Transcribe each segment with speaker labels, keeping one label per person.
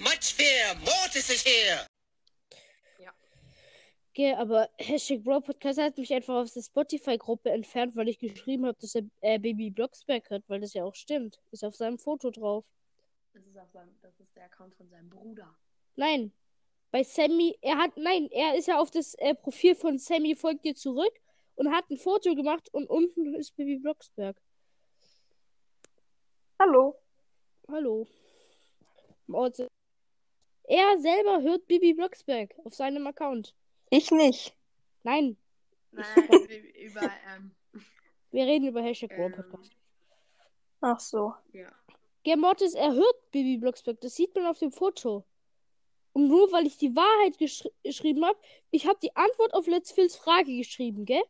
Speaker 1: Much fear, Mortis is here.
Speaker 2: Gell, aber Hashtag Bro Podcast hat mich einfach aus der Spotify-Gruppe entfernt, weil ich geschrieben habe, dass er äh, Baby Blocksberg hat, weil das ja auch stimmt. Ist auf seinem Foto drauf.
Speaker 3: Das ist, auf seinem, das ist der Account von seinem Bruder.
Speaker 2: Nein. Bei Sammy, er hat, nein, er ist ja auf das äh, Profil von Sammy folgt dir zurück und hat ein Foto gemacht und unten ist Baby Blocksberg.
Speaker 4: Hallo.
Speaker 2: Hallo. Im Ort- Er selber hört Baby Blocksberg auf seinem Account.
Speaker 4: Ich nicht.
Speaker 2: Nein,
Speaker 3: Nein, ü- über, ähm,
Speaker 2: wir reden über Hashtag Bro
Speaker 3: ähm,
Speaker 2: Podcast.
Speaker 4: Ach so.
Speaker 3: ja.
Speaker 2: Gell, Mortis, er hört Baby Blocksberg. Das sieht man auf dem Foto. Und nur weil ich die Wahrheit geschri geschrieben habe, ich habe die Antwort auf Let's Phils Frage geschrieben, gell?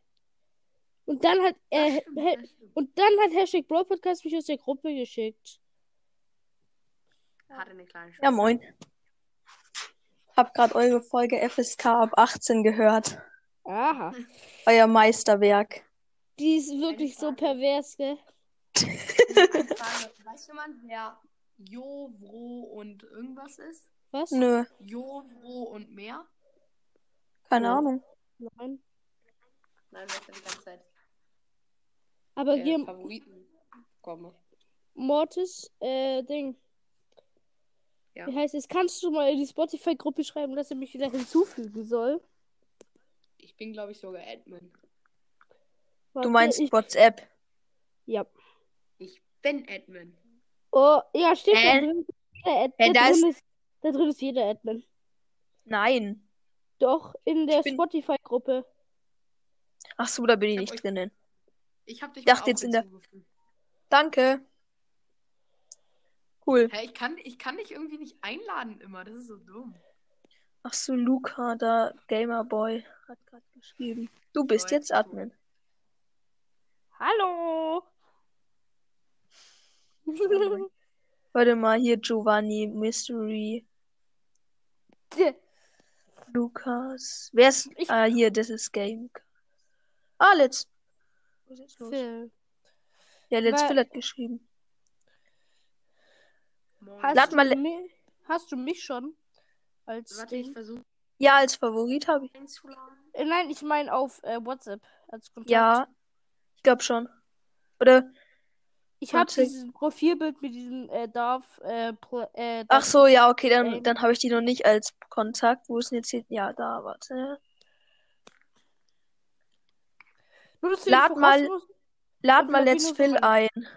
Speaker 2: Und dann hat
Speaker 3: Das
Speaker 2: er
Speaker 3: stimmt, das stimmt.
Speaker 2: und dann hat Hashtag Bro Podcast mich aus der Gruppe geschickt.
Speaker 3: Hat eine kleine Schwester.
Speaker 4: Ja, moin. Hab grad eure Folge FSK ab 18 gehört.
Speaker 2: Aha.
Speaker 4: Euer Meisterwerk.
Speaker 2: Die ist wirklich so
Speaker 3: Frage.
Speaker 2: pervers, gell?
Speaker 3: Eine Frage. Weiß jemand, wer Jovro und irgendwas ist?
Speaker 2: Was?
Speaker 4: Nö,
Speaker 3: Jovro und mehr?
Speaker 4: keine
Speaker 2: Ja.
Speaker 4: Ahnung.
Speaker 2: Nein.
Speaker 3: Nein, das ist die ganze Zeit.
Speaker 2: Aber
Speaker 3: äh,
Speaker 2: geh
Speaker 3: Favoriten. Komme.
Speaker 2: Mortis, äh, Ding.
Speaker 3: Ja.
Speaker 2: Wie heißt es? Kannst du mal in die Spotify-Gruppe schreiben, dass er mich wieder hinzufügen soll?
Speaker 3: Ich bin, glaube ich, sogar Admin.
Speaker 2: Warte,
Speaker 4: Du meinst
Speaker 2: ich...
Speaker 4: WhatsApp.
Speaker 2: Ja.
Speaker 3: Ich bin Admin.
Speaker 2: Oh, ja, stimmt. Da
Speaker 4: Hä?
Speaker 2: drin, ist jeder Ad,
Speaker 4: Hä,
Speaker 2: da,
Speaker 4: da
Speaker 2: drin ist, da drin ist jeder Admin.
Speaker 4: Nein.
Speaker 2: Doch, in der
Speaker 4: Ich bin-
Speaker 2: Spotify-Gruppe.
Speaker 4: Ach so, da bin ich
Speaker 3: Ich hab
Speaker 4: nicht
Speaker 3: euch-
Speaker 4: drinnen.
Speaker 3: Ich habe dich
Speaker 4: Dachte
Speaker 3: mal
Speaker 4: jetzt in der-
Speaker 3: aufgerufen.
Speaker 4: Danke. Cool.
Speaker 3: Hä, ich kann, ich kann dich irgendwie nicht einladen immer. Das ist so dumm.
Speaker 4: Ach so, Luca, da Gamerboy hat gerade geschrieben. Du bist
Speaker 3: Neu
Speaker 4: jetzt Admin.
Speaker 2: Hallo!
Speaker 4: Warte mal, hier Giovanni, Mystery, Lukas. Wer ist.
Speaker 2: Ich-
Speaker 4: Ah, hier, das ist Game. Ah, Let's. Was ist jetzt los?
Speaker 2: Phil.
Speaker 4: Ja, Let's
Speaker 2: Weil-
Speaker 4: Phil hat geschrieben.
Speaker 3: Moin.
Speaker 2: Hast,
Speaker 4: Lad
Speaker 2: du
Speaker 4: mal le-
Speaker 2: mi- hast du mich schon? Als
Speaker 3: Warte, ich
Speaker 2: Ding?
Speaker 3: versuche
Speaker 4: Ja, als Favorit habe ich.
Speaker 3: einzuladen.
Speaker 2: Äh, Nein, ich meine auf äh, WhatsApp als Kontakt.
Speaker 4: Ja, ich glaube schon. Oder.
Speaker 2: Ich habe
Speaker 4: Warte.
Speaker 2: dieses Profilbild mit diesem äh, Darf. Äh, Pro, äh,
Speaker 4: Ach so, ja, okay, dann,
Speaker 2: Game.
Speaker 4: dann habe ich die noch nicht als Kontakt. Wo ist denn jetzt hier? Ja, da, warte.
Speaker 2: Nur, dass du
Speaker 4: lad
Speaker 2: nicht
Speaker 4: mal-
Speaker 2: Rasmus,
Speaker 4: Lad
Speaker 2: Und
Speaker 4: mal
Speaker 2: Lavino
Speaker 4: Let's
Speaker 2: sind
Speaker 4: Phil
Speaker 2: meine-
Speaker 4: ein.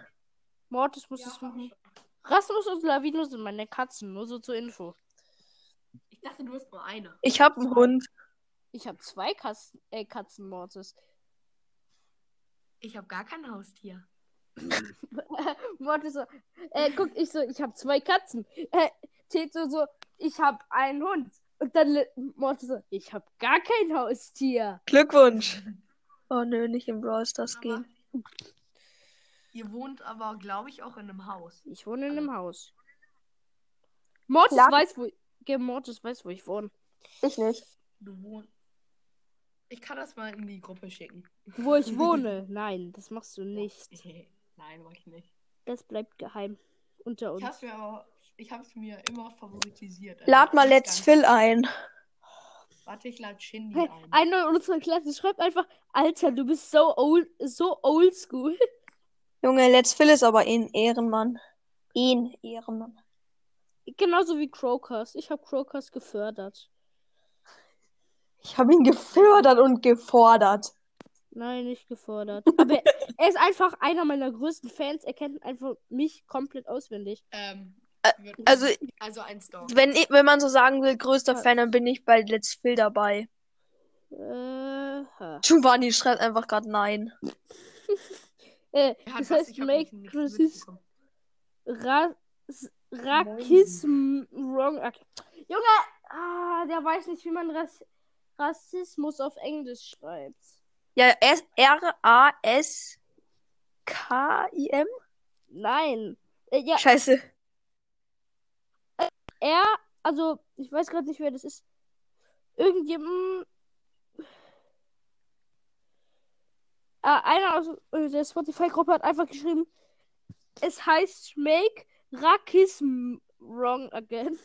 Speaker 2: Mortis muss es machen. Rasmus und Lavino sind meine Katzen, nur so zur Info.
Speaker 3: Ich dachte, du hast nur eine.
Speaker 4: Ich habe einen Hund.
Speaker 2: Ich habe zwei Katzen, äh, Katzen, Mortis.
Speaker 3: Ich habe gar kein Haustier.
Speaker 2: Mortis so, äh, guck, ich so, ich habe zwei Katzen. Äh, Teto so, ich habe einen Hund. Und dann Le- Mortis so, ich habe gar kein Haustier.
Speaker 4: Glückwunsch. Oh nö, nicht im Brawl Stars
Speaker 3: Aber
Speaker 4: gehen.
Speaker 3: ihr wohnt aber, glaube ich, auch in einem Haus.
Speaker 2: Ich wohne in einem Haus. Mortis
Speaker 4: Klar.
Speaker 2: weiß, wo Gell, Mortis weiß, wo ich wohne.
Speaker 4: Ich nicht.
Speaker 3: Du wohnst. Ich kann das mal in die Gruppe schicken.
Speaker 2: Wo ich wohne. Nein, das machst du nicht.
Speaker 3: Nein, mach ich nicht.
Speaker 2: Das bleibt geheim. Unter
Speaker 3: Ich
Speaker 2: uns.
Speaker 3: hab's mir aber. Ich hab's mir immer favoritisiert. Also
Speaker 4: Lad
Speaker 3: ich
Speaker 4: mal
Speaker 3: weiß
Speaker 4: Let's
Speaker 3: gar nicht-
Speaker 4: Phil ein.
Speaker 3: Warte, ich lad Shindy
Speaker 2: Hey,
Speaker 3: ein.
Speaker 2: einer unserer Klasse schreibt einfach, Alter, du bist so old, so oldschool.
Speaker 4: Junge, Let's Phil ist aber ein Ehrenmann. Ein Ehrenmann.
Speaker 2: Genauso wie Crocus. Ich habe Crocus gefördert.
Speaker 4: Ich habe ihn gefördert und gefordert.
Speaker 2: Nein, nicht gefordert. Aber er ist einfach einer meiner größten Fans. Er kennt einfach mich komplett auswendig.
Speaker 3: Ähm, wird-
Speaker 4: Also,
Speaker 3: also ein Star.
Speaker 4: wenn, ich- wenn man so sagen will, größter Fan, dann bin ich bei Let's Phil dabei.
Speaker 2: Äh, ha.
Speaker 4: Giovanni schreibt einfach gerade nein.
Speaker 2: äh,
Speaker 3: Er
Speaker 2: das
Speaker 3: was,
Speaker 2: heißt,
Speaker 3: ich hab
Speaker 2: make
Speaker 3: nichts
Speaker 2: Chrisis
Speaker 3: mitbekommen.
Speaker 2: Ra Rakism wrong. Ak- Junge, ah, der weiß nicht, wie man Rass Rassismus auf Englisch schreibt.
Speaker 4: Ja, S- R-A-S-K-I-M?
Speaker 2: Nein. Äh, ja,
Speaker 4: Scheiße.
Speaker 2: er, also, ich weiß gerade nicht, wer das ist. Irgendjemand. äh, Ah, einer aus äh, der Spotify-Gruppe hat einfach geschrieben, es heißt Make Rakism wrong again.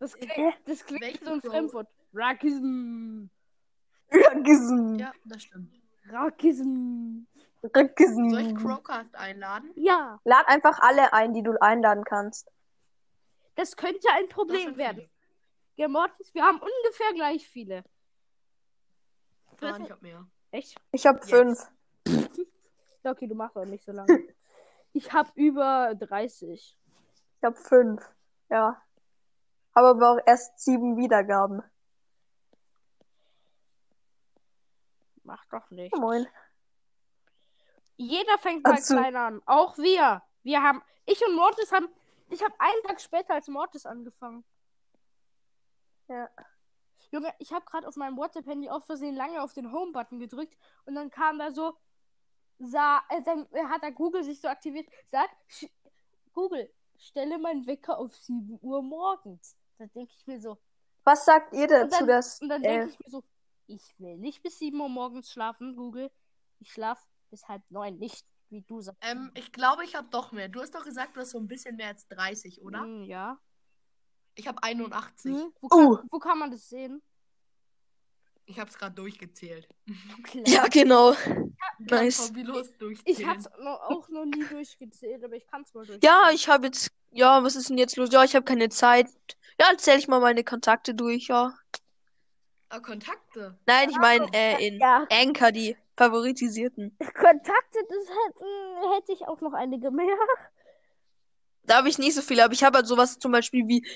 Speaker 2: Das klingt, das klingt wie
Speaker 3: Welches
Speaker 2: so ein
Speaker 3: Bro?
Speaker 2: Fremdwort. Rakism.
Speaker 4: Rackism.
Speaker 3: Ja, das stimmt.
Speaker 2: Rakism.
Speaker 4: Rackism.
Speaker 3: Soll ich Crowcast einladen?
Speaker 2: Ja,
Speaker 4: Lad einfach alle ein, die du einladen kannst.
Speaker 2: das könnte ein
Speaker 3: Das
Speaker 2: Problem
Speaker 3: sind
Speaker 2: werden. Ja, Mortis, wir haben ungefähr gleich viele.
Speaker 3: viele. Ah, ich hab mehr.
Speaker 2: Echt?
Speaker 4: Ich habe
Speaker 3: Jetzt.
Speaker 4: fünf.
Speaker 2: Ja, okay, du machst auch nicht so lange. ich habe über 30.
Speaker 4: Ich habe fünf. Ja. Habe aber auch erst sieben Wiedergaben.
Speaker 2: Mach doch nicht.
Speaker 4: Moin.
Speaker 2: Jeder fängt mal
Speaker 4: Ach so.
Speaker 2: klein an. Auch wir. Wir haben. Ich und Mortis haben. Ich habe einen Tag später als Mortis angefangen.
Speaker 4: Ja.
Speaker 2: Junge, ich habe gerade auf meinem WhatsApp-Handy aus Versehen lange auf den Home-Button gedrückt und dann kam da so. Sa äh, dann hat da Google sich so aktiviert. Sagt, sch- Google, stelle meinen Wecker auf 7 Uhr morgens. Da denke ich mir so.
Speaker 4: Was sagt ihr
Speaker 2: dann-
Speaker 4: dazu, dass.
Speaker 2: Und dann
Speaker 4: äh,
Speaker 2: denke ich mir so, ich will nicht bis 7 Uhr morgens schlafen, Google. Ich schlafe bis halb neun, nicht wie du sagst.
Speaker 3: Ähm, ich glaube, ich habe doch mehr. Du hast doch gesagt, du hast so ein bisschen mehr als 30, oder?
Speaker 2: Mm, ja.
Speaker 3: Ich habe 81.
Speaker 2: Hm? Wo,
Speaker 4: Oh.
Speaker 2: kann, wo kann man das sehen?
Speaker 3: Ich habe es gerade durchgezählt.
Speaker 2: Klar.
Speaker 4: Ja, genau.
Speaker 3: Ich
Speaker 4: Nice.
Speaker 3: kann's mal wie los durchzählen.
Speaker 2: Ich hab's noch, auch noch nie durchgezählt, aber ich kann's mal durch.
Speaker 4: Ja, ich habe jetzt. Ja, was ist denn jetzt los? Ja, ich habe keine Zeit. Ja, zähle ich mal meine Kontakte durch, ja.
Speaker 3: Ah, Kontakte.
Speaker 4: Nein, ich meine äh, in
Speaker 2: Also, Ja,
Speaker 4: Anchor, die favoritisierten.
Speaker 2: Kontakte, das hätten, hätte ich auch noch einige mehr.
Speaker 4: Da habe ich nicht so viele, aber ich habe halt sowas zum Beispiel wie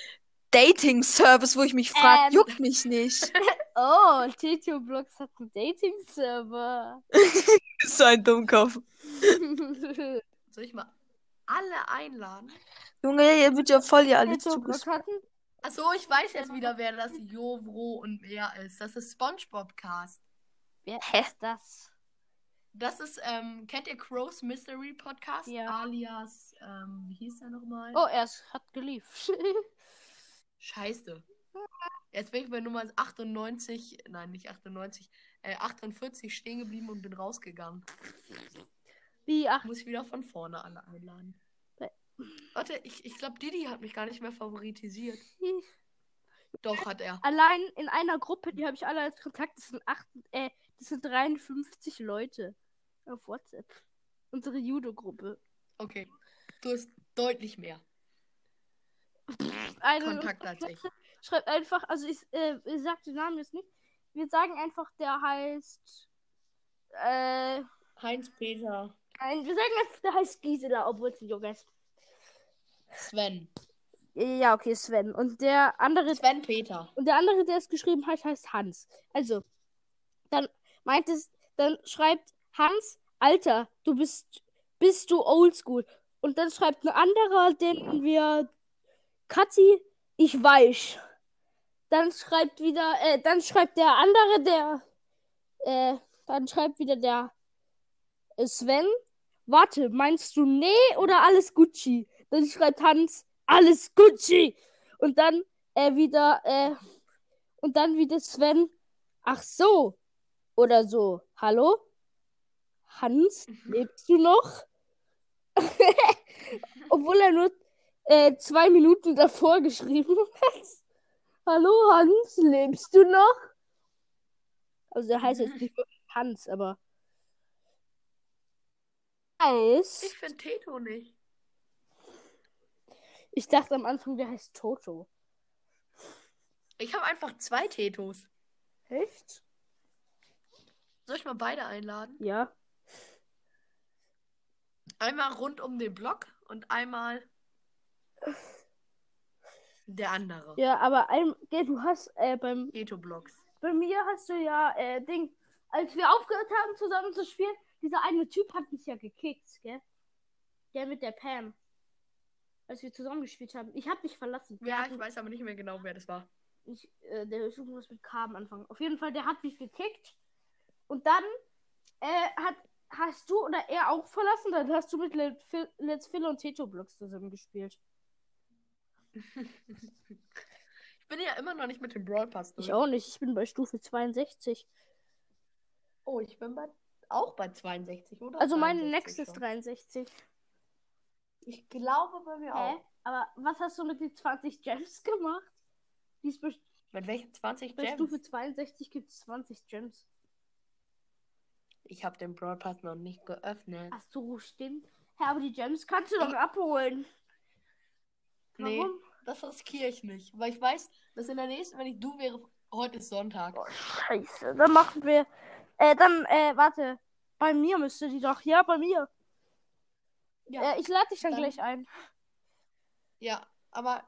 Speaker 4: Dating-Service, wo ich mich frage,
Speaker 2: Ähm.
Speaker 4: juckt mich nicht.
Speaker 2: Oh, Tito Blogs hat einen Dating-Server.
Speaker 4: Ist so ein Dummkopf.
Speaker 2: Tito
Speaker 3: Soll ich mal alle einladen?
Speaker 4: Junge, ihr wird ja voll ja alles zugesprochen.
Speaker 2: Blogs hat einen
Speaker 3: Achso, ich weiß jetzt wieder, wer das Jovro und mehr ist. Das ist SpongeBobcast.
Speaker 2: Wer
Speaker 4: Hä?
Speaker 2: ist das?
Speaker 3: Das ist, ähm, kennt ihr Crow's Mystery Podcast?
Speaker 2: Ja.
Speaker 3: Alias, ähm, wie hieß der nochmal?
Speaker 2: Oh, er ist, hat gelieft.
Speaker 3: Scheiße. Jetzt bin ich bei Nummer 98, nein, nicht 98, äh, 48 stehen geblieben und bin rausgegangen.
Speaker 2: Wie, ach,
Speaker 3: Muss ich wieder von vorne alle einladen. Warte, ich, ich glaube, Didi hat mich gar nicht mehr favoritisiert. Doch, hat er.
Speaker 2: allein in einer Gruppe, die habe ich alle als Kontakt, das sind, acht, äh, das sind 53 Leute auf WhatsApp. Unsere Judo-Gruppe.
Speaker 3: Okay. Du hast deutlich mehr
Speaker 2: Eine-
Speaker 3: Kontakt als ich.
Speaker 2: Also Schreibt einfach, also ich, äh, ich sag den Namen jetzt nicht. Wir sagen einfach, der heißt. Äh,
Speaker 3: Heinz-Peter,
Speaker 2: nein, wir sagen einfach, der heißt Gisela, obwohl es ein Junge ist.
Speaker 3: Sven.
Speaker 2: Ja, okay, Sven. Und der andere
Speaker 3: Sven Peter.
Speaker 2: Und der andere, der es geschrieben hat, heißt Hans. Also, dann meint es, dann schreibt Hans, Alter, du bist, bist du oldschool. Und dann schreibt ein anderer, den wir, Kathi, ich weiß. Dann schreibt wieder, äh, dann schreibt der andere, der, äh, dann schreibt wieder der äh, Sven, warte, meinst du nee oder alles Gucci? Dann schreibt Hans, alles Gucci. Und dann, äh, wieder, äh, und dann wieder Sven. Ach so. Oder so. Hallo? Hans, lebst du noch? Obwohl er nur äh, zwei Minuten davor geschrieben hat. Hallo Hans, lebst du noch? Also er heißt jetzt nicht wirklich Hans, aber.
Speaker 3: Ich
Speaker 2: Heißt,
Speaker 3: finde Teto nicht.
Speaker 2: ich dachte am Anfang, der heißt Toto.
Speaker 3: Ich habe einfach zwei Tetos.
Speaker 2: Echt?
Speaker 3: Soll ich mal beide einladen?
Speaker 2: Ja.
Speaker 3: Einmal rund um den Block und einmal der andere.
Speaker 2: Ja, aber ein, ja, du hast äh, beim,
Speaker 3: Teto-Blocks.
Speaker 2: bei mir hast du ja äh, Ding, als wir aufgehört haben zusammen zu spielen, dieser eine Typ hat mich ja gekickt, gell? Der mit der Pam. Als wir zusammen gespielt haben. Ich hab dich verlassen.
Speaker 3: Ja, ich weiß aber nicht mehr genau, wer das war.
Speaker 2: Ich, äh, der ist irgendwas mit K am Anfang. Auf jeden Fall, der hat mich gekickt. Und dann äh, hat, hast du oder er auch verlassen. Dann hast du mit Let- Phil- Let's Phil und Teto Blocks zusammen gespielt.
Speaker 3: Ich bin ja immer noch nicht mit dem Brawl Pass durch.
Speaker 2: Ich auch nicht. Ich bin bei Stufe 62.
Speaker 3: Oh, ich bin bei, auch bei 62, oder?
Speaker 2: Also meine
Speaker 3: 63
Speaker 2: nächste ist
Speaker 3: schon.
Speaker 2: 63.
Speaker 3: Ich glaube bei mir
Speaker 2: Hä?
Speaker 3: auch.
Speaker 2: Aber was hast du mit den 20 Gems gemacht? Die ist bei,
Speaker 3: Mit welchen 20
Speaker 2: bei Stufe
Speaker 3: Gems?
Speaker 2: 62 gibt es 20 Gems.
Speaker 3: Ich habe den Broadpass noch nicht geöffnet.
Speaker 2: Ach so, stimmt. Hä, aber die Gems kannst du doch abholen.
Speaker 3: Nee.
Speaker 2: Warum?
Speaker 3: Das riskiere ich nicht, weil ich weiß, dass in der nächsten, wenn ich du wäre, heute ist Sonntag.
Speaker 2: Scheiße, dann machen wir. Äh, dann, äh, warte. Bei mir müsste die doch. Ja, bei mir.
Speaker 3: Ja,
Speaker 2: Äh, ich lade dich dann,
Speaker 3: Dann-
Speaker 2: gleich ein.
Speaker 3: ja aber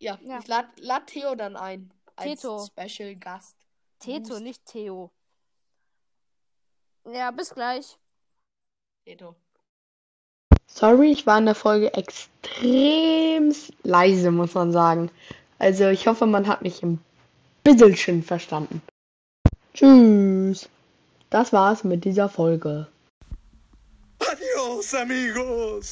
Speaker 3: ja,
Speaker 2: Ja.
Speaker 3: ich lad, lad Theo dann ein. Als
Speaker 2: Teto.
Speaker 3: Special Gast.
Speaker 2: Teto,
Speaker 3: Hust.
Speaker 2: nicht Theo. Ja, bis gleich.
Speaker 3: Teto.
Speaker 5: Sorry, ich war in der Folge extrem leise, muss man sagen. Also ich hoffe, man hat mich ein bisschen verstanden. Tschüss. Das war's mit dieser Folge.
Speaker 1: Adios, amigos.